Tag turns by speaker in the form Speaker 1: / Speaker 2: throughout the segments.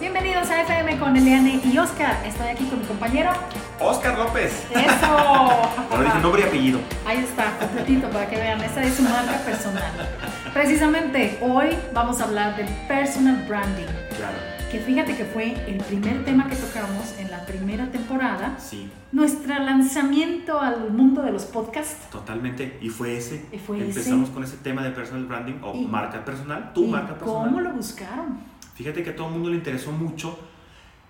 Speaker 1: Bienvenidos a FM con Eliane y Oscar. Estoy aquí con mi compañero.
Speaker 2: Oscar López.
Speaker 1: Eso.
Speaker 2: Pero dije nombre y apellido.
Speaker 1: Ahí está, completito para que vean. Esa es su marca personal. Precisamente hoy vamos a hablar del personal branding.
Speaker 2: Claro.
Speaker 1: Que fíjate que fue el primer tema que tocamos en la primera temporada.
Speaker 2: Sí,
Speaker 1: Nuestro lanzamiento al mundo de los podcasts.
Speaker 2: totalmente. Y fue ese.
Speaker 1: Y fue ese.
Speaker 2: Empezamos con ese tema de personal branding o
Speaker 1: Y-
Speaker 2: marca personal, tu
Speaker 1: ¿Y
Speaker 2: marca personal.
Speaker 1: ¿Cómo lo buscaron?
Speaker 2: Fíjate que a todo el mundo le interesó mucho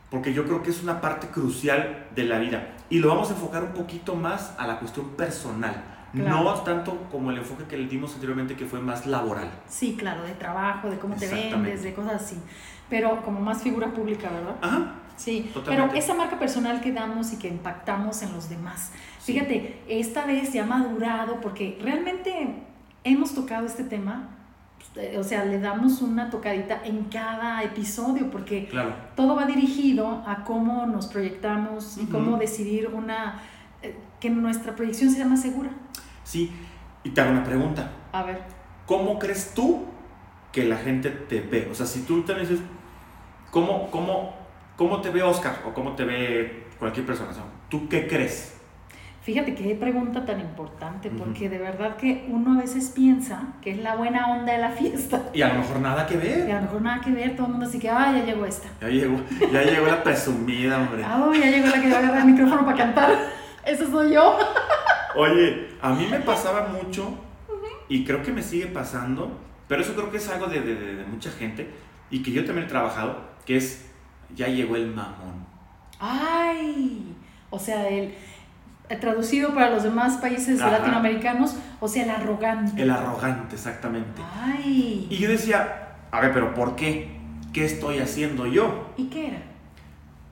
Speaker 2: porque yo creo que es una parte crucial de la vida. Y lo vamos a enfocar un poquito más a la cuestión personal.
Speaker 1: Claro.
Speaker 2: No tanto como el enfoque que le dimos anteriormente que fue más laboral.
Speaker 1: Sí, claro, de trabajo, de cómo te
Speaker 2: Exactamente.
Speaker 1: vendes, de cosas así. Pero como más figura pública, ¿verdad?
Speaker 2: Ajá.
Speaker 1: Sí,
Speaker 2: Totalmente.
Speaker 1: pero esa marca personal que damos y que impactamos en los demás.
Speaker 2: Sí.
Speaker 1: Fíjate, esta vez ya ha madurado porque realmente hemos tocado este tema, eh, o sea, le damos una tocadita en cada episodio porque
Speaker 2: Claro.
Speaker 1: todo va dirigido a cómo nos proyectamos y cómo
Speaker 2: Ujú.
Speaker 1: decidir una eh, que nuestra proyección sea más segura.
Speaker 2: Sí. Y te hago una pregunta.
Speaker 1: A ver,
Speaker 2: ¿cómo crees tú que la gente te ve? O sea, si tú te dices, ¿cómo, cómo, cómo te ve Oscar o cómo te ve cualquier persona? O sea, ¿Tú qué crees?
Speaker 1: fíjate qué pregunta tan importante
Speaker 2: Ujú.
Speaker 1: porque de verdad que uno a veces piensa que es la buena onda de la fiesta.
Speaker 2: Y a lo mejor nada que
Speaker 1: Y
Speaker 2: ver.
Speaker 1: a lo mejor nada que ver, todo el mundo así que, ah, ya llegó esta.
Speaker 2: Ya llegó, ya llegó la presumida, hombre.
Speaker 1: Ah, ya llegó la que va a agarrar el micrófono para cantar. Eso soy yo.
Speaker 2: Oye, a mí me pasaba mucho y creo que me sigue pasando, pero eso creo que es algo de, de- de- de mucha gente y que yo también he trabajado, que es, ya llegó el mamón.
Speaker 1: Ay, o sea, el eh, traducido para los demás países
Speaker 2: Ajá.
Speaker 1: latinoamericanos, o sea, el arrogante.
Speaker 2: El arrogante, exactamente. Y
Speaker 1: Ay,
Speaker 2: yo decía, a ver, pero ¿por qué? ¿Qué estoy haciendo yo?
Speaker 1: ¿y, qué era?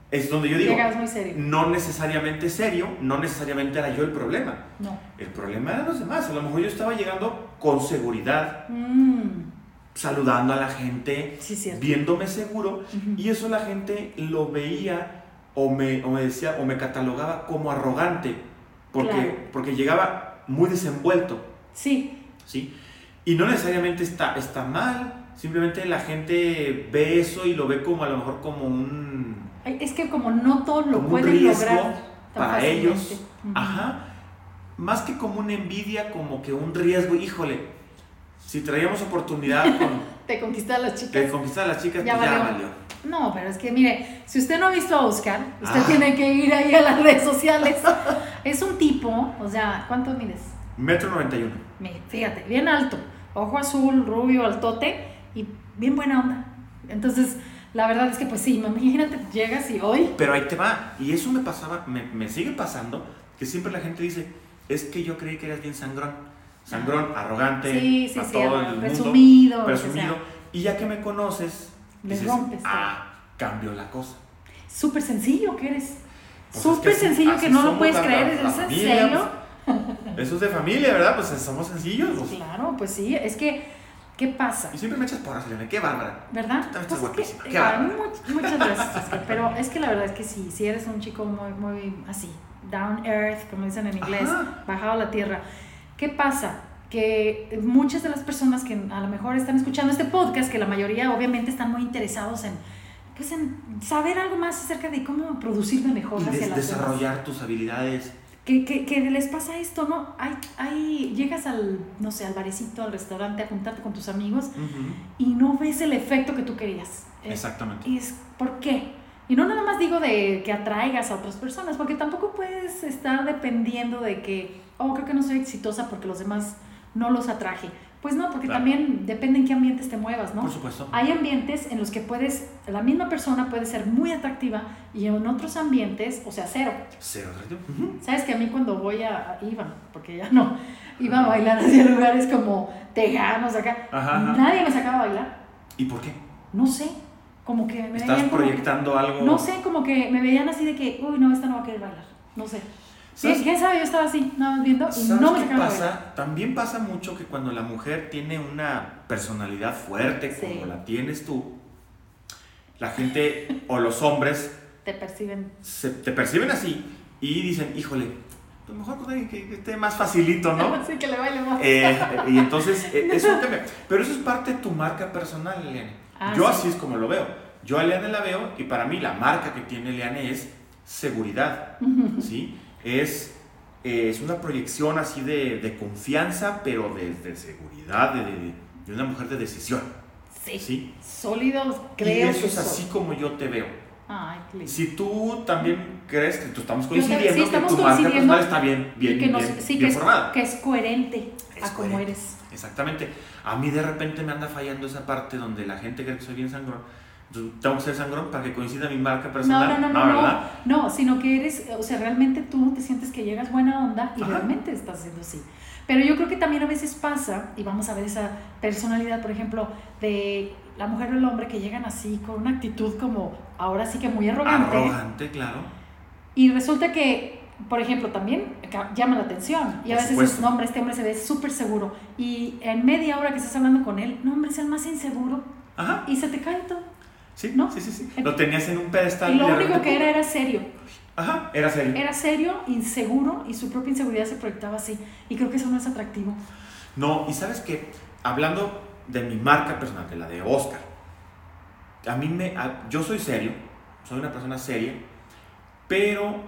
Speaker 2: Es donde yo digo,
Speaker 1: Llegas muy serio.
Speaker 2: no necesariamente serio, no necesariamente era yo el problema.
Speaker 1: No.
Speaker 2: El problema eran los demás. A lo mejor yo estaba llegando con seguridad,
Speaker 1: Mm,
Speaker 2: saludando a la gente,
Speaker 1: sí, cierto.
Speaker 2: viéndome seguro.
Speaker 1: Ujú.
Speaker 2: Y eso la gente lo veía o me, o me decía o me catalogaba como arrogante. Porque,
Speaker 1: Claro.
Speaker 2: porque llegaba muy desenvuelto.
Speaker 1: Sí,
Speaker 2: ¿sí? Y no necesariamente está, está mal. Simplemente la gente ve eso y lo ve como a lo mejor como un...
Speaker 1: Ay, es que como no todos lo
Speaker 2: Como un
Speaker 1: pueden
Speaker 2: riesgo
Speaker 1: lograr tan
Speaker 2: para
Speaker 1: fácilmente.
Speaker 2: ellos.
Speaker 1: Ujú.
Speaker 2: Ajá. Más que como una envidia, como que un riesgo. Híjole, si traíamos oportunidad con,
Speaker 1: Te conquistan las chicas.
Speaker 2: de conquistar a las chicas,
Speaker 1: Ya
Speaker 2: pues ya
Speaker 1: valió.
Speaker 2: valió.
Speaker 1: No, pero es que mire, si usted no ha visto a Oscar, usted
Speaker 2: Ah.
Speaker 1: tiene que ir ahí a las redes sociales. es un tipo, o sea, ¿cuánto mides?
Speaker 2: Metro 91.
Speaker 1: Me- Fíjate, bien alto, ojo azul, rubio, altote y bien buena onda. Entonces, la verdad es que pues sí, imagínate, llegas y hoy,
Speaker 2: Pero ahí te va. Y eso me pasaba, me, me sigue pasando, que siempre la gente dice, es que yo creí que eras bien sangrón. Sangrón, arrogante,
Speaker 1: sí, sí,
Speaker 2: a
Speaker 1: sí,
Speaker 2: todo el mundo,
Speaker 1: presumido, lo que
Speaker 2: presumido.
Speaker 1: sea.
Speaker 2: Y ya que me conoces,
Speaker 1: Le
Speaker 2: dices,
Speaker 1: rompes todo.
Speaker 2: ah, cambió la cosa.
Speaker 1: súper sencillo que eres.
Speaker 2: Pues es
Speaker 1: Súper
Speaker 2: así-
Speaker 1: sencillo
Speaker 2: así
Speaker 1: que no lo
Speaker 2: somos
Speaker 1: puedes
Speaker 2: la-
Speaker 1: creer,
Speaker 2: la
Speaker 1: ¿es en
Speaker 2: familia,
Speaker 1: serio?
Speaker 2: pues. eso es de familia, ¿verdad? Pues somos sencillos. pues.
Speaker 1: Claro, pues sí, es que, ¿qué pasa?
Speaker 2: Y siempre me echas porras, Elena, qué bárbara.
Speaker 1: ¿Verdad?
Speaker 2: Tú también
Speaker 1: Pues
Speaker 2: estás
Speaker 1: es que,
Speaker 2: guapísima,
Speaker 1: eh,
Speaker 2: qué bárbaro.
Speaker 1: mu- muchas gracias, Oscar, pero es que la verdad es que sí, si eres un chico muy, muy así, down earth, como dicen en inglés,
Speaker 2: Ajá.
Speaker 1: bajado a la tierra, ¿qué pasa? Que muchas de las personas que a lo mejor están escuchando este podcast, que la mayoría obviamente están muy interesados en, pues en saber algo más acerca de cómo producirme mejor
Speaker 2: Y
Speaker 1: hacia
Speaker 2: des-
Speaker 1: las demás.
Speaker 2: desarrollar tus habilidades.
Speaker 1: Que, que, que les pasa esto, ¿no? Hay, hay, llegas al, no sé, al barecito, al restaurante, a juntarte con tus amigos
Speaker 2: Ujú,
Speaker 1: y no ves el efecto que tú querías.
Speaker 2: Eh,
Speaker 1: Es-
Speaker 2: Exactamente.
Speaker 1: y es por qué. Y no nada más digo de que atraigas a otras personas, porque tampoco puedes estar dependiendo de que, oh, creo que no soy exitosa porque los demás no los atraje. Pues no, porque
Speaker 2: Claro.
Speaker 1: también depende en qué ambientes te muevas, ¿no?
Speaker 2: Por supuesto.
Speaker 1: Hay ambientes en los que puedes, la misma persona puede ser muy atractiva y en otros ambientes, o sea, cero.
Speaker 2: Cero atractivo. Ujú.
Speaker 1: Sabes que a mí cuando voy a, a- iba, porque ya no, iba a bailar hacia lugares como tejanos acá,
Speaker 2: Ajá, ajá.
Speaker 1: nadie me sacaba a bailar,
Speaker 2: ¿Y por qué?
Speaker 1: no sé, como que me
Speaker 2: ¿Estás
Speaker 1: veían como que-
Speaker 2: proyectando algo?
Speaker 1: no sé, como que me veían así de que, uy, no, esta no va a querer bailar. No sé. Sí,
Speaker 2: ¿Sabes-
Speaker 1: ¿Quién sabe? Yo estaba así, nada más viendo y
Speaker 2: ¿Sabes
Speaker 1: no me
Speaker 2: qué
Speaker 1: sacaban de bailar.
Speaker 2: pasa? También pasa mucho que cuando la mujer tiene una personalidad fuerte,
Speaker 1: Sí.
Speaker 2: como la tienes tú, la gente o los hombres
Speaker 1: Te perciben.
Speaker 2: se- te perciben así y dicen, híjole, a lo mejor con alguien que, que esté más facilito, ¿no?
Speaker 1: Así que le baile más.
Speaker 2: Eh, y entonces, eh, es un tema. Pero eso es parte de tu marca personal, Elena.
Speaker 1: Ah,
Speaker 2: Yo
Speaker 1: sí.
Speaker 2: así es como lo veo. Yo a Eliane la veo y para mí la marca que tiene Eliane es seguridad, ¿sí? Es, eh, es una proyección así de, de confianza, pero de, de seguridad, de, de- de una mujer de decisión,
Speaker 1: Sí.
Speaker 2: ¿sí?
Speaker 1: Sólido,
Speaker 2: Y
Speaker 1: creo.
Speaker 2: eso
Speaker 1: que
Speaker 2: es así
Speaker 1: soy.
Speaker 2: como yo te veo.
Speaker 1: Ay, qué lindo.
Speaker 2: Si tú también crees que tú estamos
Speaker 1: Yo también-
Speaker 2: coincidiendo,
Speaker 1: sí, estamos
Speaker 2: que tu marca
Speaker 1: coincidiendo.
Speaker 2: personal está bien, bien,
Speaker 1: y que nos-
Speaker 2: bien-
Speaker 1: sí,
Speaker 2: bien
Speaker 1: que, es,
Speaker 2: formada.
Speaker 1: que es coherente
Speaker 2: Es
Speaker 1: a cómo
Speaker 2: coherente.
Speaker 1: eres.
Speaker 2: Exactamente. A mí de repente me anda fallando esa parte donde la gente cree que soy bien sangrón. Entonces, tengo que ser sangrón para que coincida mi marca
Speaker 1: No,
Speaker 2: personal. Ah,
Speaker 1: no, no, no, no,
Speaker 2: ¿verdad?
Speaker 1: no, sino que eres, o sea, realmente tú te sientes que llegas buena onda y
Speaker 2: Ajá.
Speaker 1: realmente estás haciendo así. Pero yo creo que también a veces pasa, y vamos a ver esa personalidad, por ejemplo, de la mujer o el hombre que llegan así con una actitud como ahora sí que muy arrogante.
Speaker 2: Arrogante, claro.
Speaker 1: Y resulta que, por ejemplo, también ca- llama la atención. Y
Speaker 2: Por
Speaker 1: a veces
Speaker 2: supuesto.
Speaker 1: es, no, hombre, este hombre se ve súper seguro. Y en media hora que estás hablando con él, no, hombre, es el más inseguro.
Speaker 2: Ajá.
Speaker 1: Y se te cae todo.
Speaker 2: Sí,
Speaker 1: ¿No?
Speaker 2: sí, sí, sí. Lo tenías en un pedestal.
Speaker 1: Y lo
Speaker 2: de
Speaker 1: único
Speaker 2: repente,
Speaker 1: que era Eh. era serio.
Speaker 2: Ajá, era serio.
Speaker 1: Era serio, inseguro y su propia inseguridad se proyectaba así. Y creo que eso no es atractivo.
Speaker 2: No, y sabes que, hablando de mi marca personal, de la de Oscar, a mí me. a- yo soy serio, soy una persona seria, pero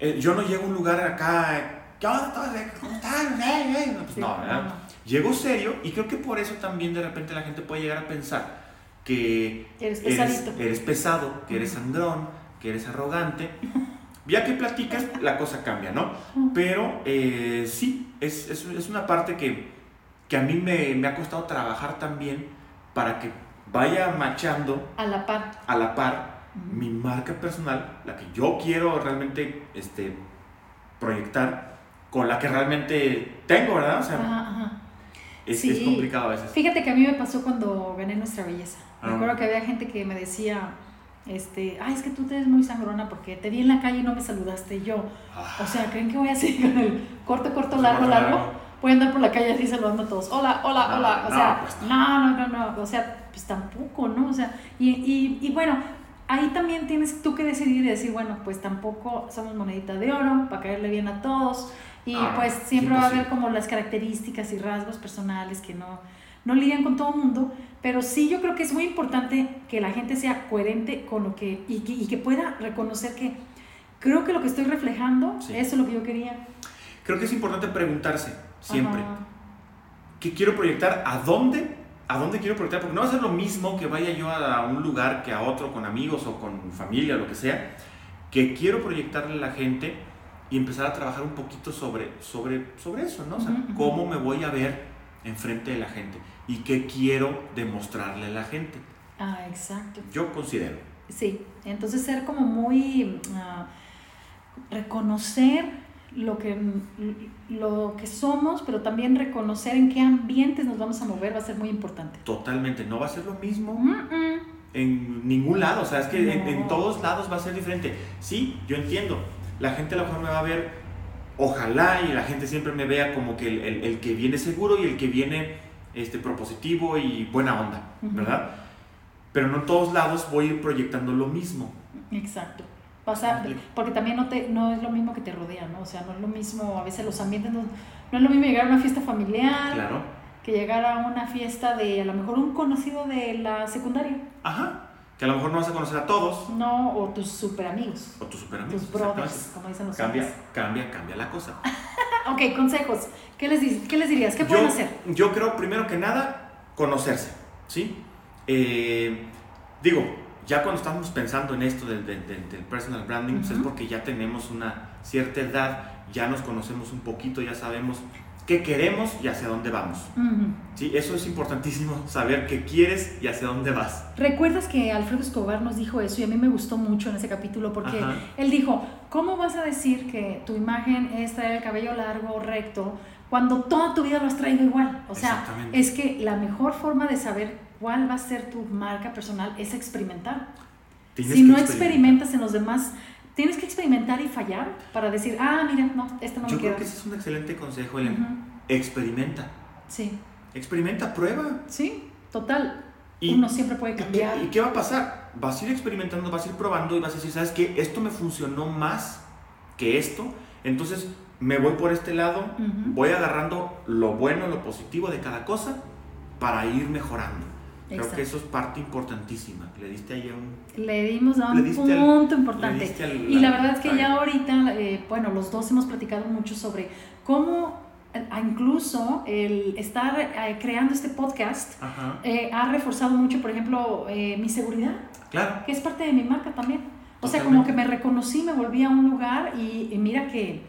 Speaker 2: eh, yo no llego a un lugar acá. eh, ¿Qué onda? todos? Eh, ¿Cómo están? Eh, eh, no, pues
Speaker 1: Sí,
Speaker 2: no, ¿verdad?
Speaker 1: no.
Speaker 2: Llego serio y creo que por eso también de repente la gente puede llegar a pensar que
Speaker 1: Eres
Speaker 2: eres,
Speaker 1: pesadito.
Speaker 2: eres pesado, que eres
Speaker 1: Ujú.
Speaker 2: sangrón, que eres arrogante. Ya que platicas, la cosa cambia, ¿no? Pero eh, sí, es, es, es una parte que, que a mí me, me ha costado trabajar también para que vaya machando
Speaker 1: A la par.
Speaker 2: a la par mi marca personal, la que yo quiero realmente este, proyectar, con la que realmente tengo, ¿verdad? O sea,
Speaker 1: Ajá, ajá.
Speaker 2: es,
Speaker 1: Ah, sí.
Speaker 2: es complicado a veces.
Speaker 1: Fíjate que a mí me pasó cuando gané Nuestra Belleza. Me
Speaker 2: Ah.
Speaker 1: acuerdo que había gente que me decía, este, ay, es que tú te ves muy sangrona porque te vi en la calle y no me saludaste Y yo.
Speaker 2: Ah,
Speaker 1: O sea, ¿creen que voy así con el corto, corto,
Speaker 2: Sí,
Speaker 1: largo,
Speaker 2: bueno,
Speaker 1: largo?
Speaker 2: Pues claro.
Speaker 1: Voy a andar por la calle así saludando a todos. Hola, hola,
Speaker 2: No,
Speaker 1: hola. O
Speaker 2: no,
Speaker 1: sea,
Speaker 2: pues
Speaker 1: no, no, no, no. O sea, pues tampoco, ¿no? O sea, y, y, y bueno, ahí también tienes tú que decidir y decir, bueno, pues tampoco somos monedita de oro para caerle bien a todos. Y
Speaker 2: Ah,
Speaker 1: pues
Speaker 2: es
Speaker 1: siempre va a haber
Speaker 2: imposible.
Speaker 1: como las características y rasgos personales que no, no ligan con todo el mundo. Pero sí yo creo que es muy importante que la gente sea coherente con lo que, y que, y que pueda reconocer que creo que lo que estoy reflejando,
Speaker 2: Sí.
Speaker 1: eso es lo que yo quería.
Speaker 2: Creo que es importante preguntarse siempre,
Speaker 1: Ajá.
Speaker 2: ¿qué quiero proyectar? ¿A dónde? ¿A dónde quiero proyectar? Porque no va a ser lo mismo que vaya yo a a un lugar que a otro con amigos o con familia o lo que sea, que quiero proyectarle a la gente y empezar a trabajar un poquito sobre, sobre, sobre eso, ¿no? O sea,
Speaker 1: Ujú, ujú.
Speaker 2: cómo me voy a ver enfrente de la gente y qué quiero demostrarle a la gente.
Speaker 1: Ah, exacto.
Speaker 2: Yo considero.
Speaker 1: Sí, entonces ser como muy... ah, reconocer lo que, lo que somos, pero también reconocer en qué ambientes nos vamos a mover va a ser muy importante.
Speaker 2: Totalmente, no va a ser lo mismo
Speaker 1: Mm, mm.
Speaker 2: en ningún lado, o sea, es que en, en
Speaker 1: No.
Speaker 2: todos lados va a ser diferente. Sí, yo entiendo, la gente a lo mejor me va a ver, ojalá y la gente siempre me vea como que el, el- el que viene seguro y el que viene este, propositivo y buena onda,
Speaker 1: Ujú.
Speaker 2: ¿verdad? Pero no en todos lados voy a ir proyectando lo mismo.
Speaker 1: Exacto. Pasa,
Speaker 2: Ujú.
Speaker 1: porque también no, te, no es lo mismo que te rodea, ¿no? O sea, no es lo mismo, a veces los ambientes no, no es lo mismo llegar a una fiesta familiar
Speaker 2: Claro.
Speaker 1: que llegar a una fiesta de a lo mejor un conocido de la secundaria,
Speaker 2: Ajá. Que a lo mejor no vas a conocer a todos
Speaker 1: ¿no? O tus super amigos,
Speaker 2: o tus super
Speaker 1: tus brothers, como dicen los
Speaker 2: Cambia,
Speaker 1: hombres.
Speaker 2: cambia, cambia la cosa.
Speaker 1: Ah, Ok, consejos. ¿Qué les, di- qué les dirías? ¿Qué pueden
Speaker 2: yo,
Speaker 1: hacer?
Speaker 2: Yo creo, primero que nada, conocerse, ¿sí? Eh, digo, ya cuando estamos pensando en esto del, del- del- del personal branding, pues es
Speaker 1: Ujú.
Speaker 2: porque ya tenemos una cierta edad, ya nos conocemos un poquito, ya sabemos qué queremos y hacia dónde vamos,
Speaker 1: Ujú.
Speaker 2: ¿sí? Eso es importantísimo, saber qué quieres y hacia dónde vas.
Speaker 1: ¿Recuerdas que Alfredo Escobar nos dijo eso y a mí me gustó mucho en ese capítulo porque
Speaker 2: Ajá.
Speaker 1: él dijo, ¿cómo vas a decir que tu imagen es traer el cabello largo, recto, cuando toda tu vida lo has traído igual? O sea,
Speaker 2: Exactamente.
Speaker 1: es que la mejor forma de saber cuál va a ser tu marca personal es experimentar.
Speaker 2: Tienes
Speaker 1: si
Speaker 2: que
Speaker 1: no
Speaker 2: experimentar.
Speaker 1: experimentas en los demás, tienes que experimentar y fallar para decir, ah, mira, no, esta no
Speaker 2: Yo
Speaker 1: me queda.
Speaker 2: creo que ese es un excelente consejo, Elena.
Speaker 1: Ujú.
Speaker 2: Experimenta,
Speaker 1: Sí,
Speaker 2: experimenta, prueba.
Speaker 1: sí, total.
Speaker 2: Y-
Speaker 1: Uno siempre puede
Speaker 2: ¿Y qué,
Speaker 1: cambiar.
Speaker 2: y qué va a pasar? Vas a ir experimentando, vas a ir probando y vas a decir, ¿sabes qué? Esto me funcionó más que esto. Entonces me voy por este lado,
Speaker 1: Ujú.
Speaker 2: voy agarrando lo bueno, lo positivo de cada cosa para ir mejorando. Creo
Speaker 1: Exacto.
Speaker 2: que eso es parte importantísima. Le diste ahí a un...
Speaker 1: Le dimos a
Speaker 2: Le
Speaker 1: un
Speaker 2: diste al-
Speaker 1: punto
Speaker 2: le
Speaker 1: importante.
Speaker 2: diste al-
Speaker 1: Y la verdad es que
Speaker 2: al-
Speaker 1: ya ahorita, eh, bueno, los dos hemos platicado mucho sobre cómo eh, incluso el estar eh, creando este podcast
Speaker 2: Ajá.
Speaker 1: eh, ha reforzado mucho, por ejemplo, eh, mi seguridad,
Speaker 2: Claro.
Speaker 1: que es parte de mi marca también. O sea, como que me reconocí, me volví a un lugar y, y mira que eh,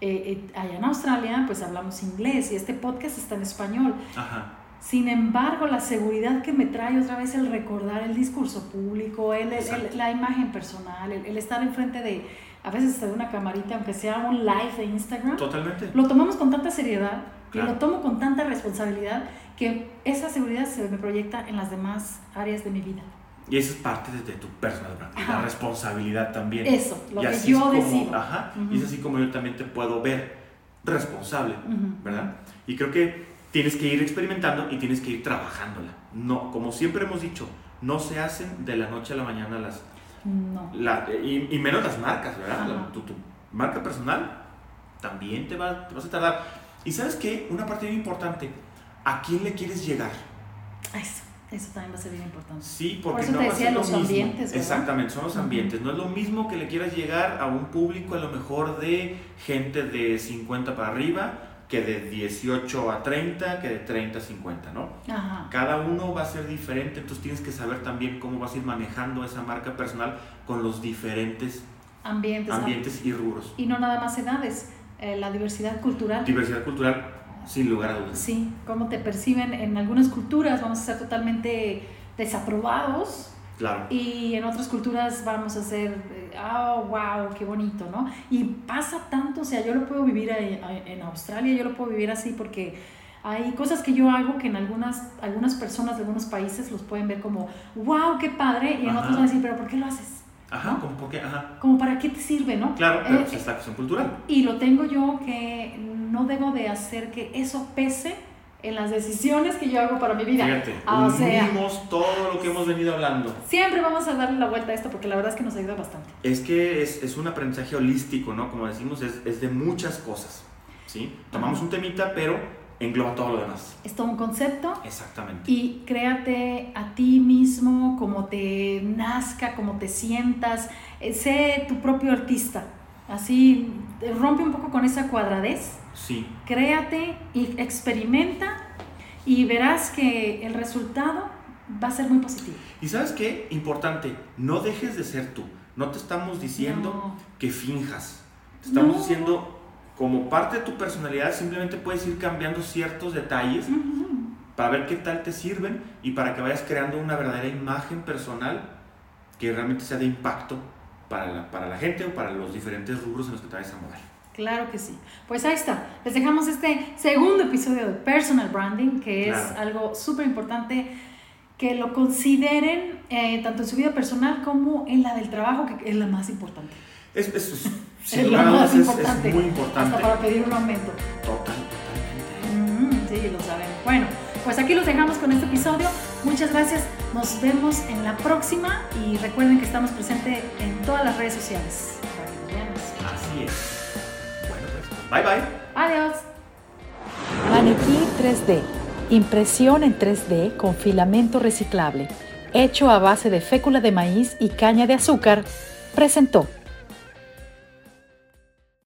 Speaker 1: eh, allá en Australia pues hablamos inglés y este podcast está en español.
Speaker 2: Ajá.
Speaker 1: Sin embargo, la seguridad que me trae otra vez el recordar el discurso público, el, el- el-
Speaker 2: Exacto.
Speaker 1: la imagen personal, el, el estar enfrente de, a veces hasta de una camarita, aunque sea un live de Instagram,
Speaker 2: Totalmente.
Speaker 1: lo tomamos con tanta seriedad
Speaker 2: Claro.
Speaker 1: y lo tomo con tanta responsabilidad que esa seguridad se me proyecta en las demás áreas de mi vida.
Speaker 2: Y eso es parte de, de tu personal branding, La
Speaker 1: Ajá.
Speaker 2: responsabilidad también.
Speaker 1: Eso, lo
Speaker 2: y
Speaker 1: que
Speaker 2: así es
Speaker 1: yo
Speaker 2: como- ah,
Speaker 1: decido.
Speaker 2: Ajá.
Speaker 1: Ujú.
Speaker 2: Y es así como yo también te puedo ver responsable,
Speaker 1: Ujú.
Speaker 2: ¿verdad? Y creo que tienes que ir experimentando y tienes que ir trabajándola. No, como siempre hemos dicho, no se hacen de la noche a la mañana las...
Speaker 1: No.
Speaker 2: la- y, y menos las marcas, ¿verdad? La-
Speaker 1: Ajá.
Speaker 2: tu, tu marca personal también te, va, te vas a tardar. Y sabes qué, una parte bien importante, ¿a quién le quieres llegar?
Speaker 1: Eso, eso también va a ser bien importante.
Speaker 2: Sí,
Speaker 1: Por
Speaker 2: porque
Speaker 1: eso
Speaker 2: no
Speaker 1: te
Speaker 2: va a
Speaker 1: decía
Speaker 2: ser lo
Speaker 1: los
Speaker 2: mismo.
Speaker 1: ambientes, ¿verdad?
Speaker 2: Exactamente, son los
Speaker 1: Ujú.
Speaker 2: ambientes. No es lo mismo que le quieras llegar a un público a lo mejor de gente de 50 para arriba que de 18 a 30, que de 30 a 50, ¿no?
Speaker 1: Ajá.
Speaker 2: Cada uno va a ser diferente, entonces tienes que saber también cómo vas a ir manejando esa marca personal con los diferentes
Speaker 1: Ambientes. am-
Speaker 2: ambientes y rubros.
Speaker 1: Y no nada más edades, eh, la diversidad cultural.
Speaker 2: Diversidad cultural, sin lugar a dudas.
Speaker 1: Sí, cómo te perciben en algunas culturas vamos a ser totalmente desaprobados
Speaker 2: Claro,
Speaker 1: y en otras culturas vamos a ser, eh, oh, wow, qué bonito, ¿no? Y pasa tanto, o sea, yo lo puedo vivir ahí- ahí- en Australia, yo lo puedo vivir así porque hay cosas que yo hago que en algunas, algunas personas de algunos países los pueden ver como, wow, qué padre, y en
Speaker 2: Ajá.
Speaker 1: otros van a decir, pero ¿por qué lo haces?
Speaker 2: ajá, ¿cómo por qué? Ajá,
Speaker 1: Como, ¿para qué te sirve, no?
Speaker 2: claro, pero
Speaker 1: Eh,
Speaker 2: pues es la cuestión cultural.
Speaker 1: Y lo tengo yo que no debo de hacer que eso pese en las decisiones que yo hago para mi vida.
Speaker 2: Fíjate,
Speaker 1: Ah, o sea-
Speaker 2: unimos todo lo que hemos venido hablando.
Speaker 1: Siempre vamos a darle la vuelta a esto porque la verdad es que nos ayuda bastante.
Speaker 2: Es que es, es un aprendizaje holístico, ¿no? Como decimos, es, es de muchas cosas, ¿sí? Tomamos un temita, pero engloba todo lo demás.
Speaker 1: Es todo un concepto
Speaker 2: Exactamente.
Speaker 1: y créate a ti mismo como te nazca, como te sientas. Eh, Sé tu propio artista. Así eh, rompe un poco con esa cuadradez.
Speaker 2: Sí,
Speaker 1: Créate y experimenta y verás que el resultado va a ser muy positivo.
Speaker 2: Y sabes qué, importante, no dejes de ser tú. No te estamos diciendo
Speaker 1: No.
Speaker 2: que finjas. Te estamos
Speaker 1: No.
Speaker 2: diciendo como parte de tu personalidad simplemente puedes ir cambiando ciertos detalles
Speaker 1: Ujú.
Speaker 2: para ver qué tal te sirven y para que vayas creando una verdadera imagen personal que realmente sea de impacto para la, para la gente o para los diferentes rubros en los que te vayas a mover.
Speaker 1: Claro que sí. Pues ahí está. Les dejamos este segundo episodio de Personal Branding, que es
Speaker 2: Claro.
Speaker 1: algo súper importante que lo consideren eh, tanto en su vida personal como en la del trabajo, que es la más importante.
Speaker 2: Es, es, es- sin
Speaker 1: lo
Speaker 2: lugar a
Speaker 1: más
Speaker 2: dudas, es- es
Speaker 1: importante.
Speaker 2: muy
Speaker 1: Hasta
Speaker 2: importante.
Speaker 1: para pedir un aumento.
Speaker 2: Total, totalmente.
Speaker 1: Mm, sí, lo saben. Bueno, pues aquí los dejamos con este episodio. Muchas gracias. Nos vemos en la próxima y recuerden que estamos presentes en todas las redes sociales. Para que nos vean, nos
Speaker 2: Así es. Bueno, pues, bye bye.
Speaker 1: Adiós.
Speaker 3: Maniquí 3D. Impresión en 3D con filamento reciclable. Hecho a base de fécula de maíz y caña de azúcar. Presentó.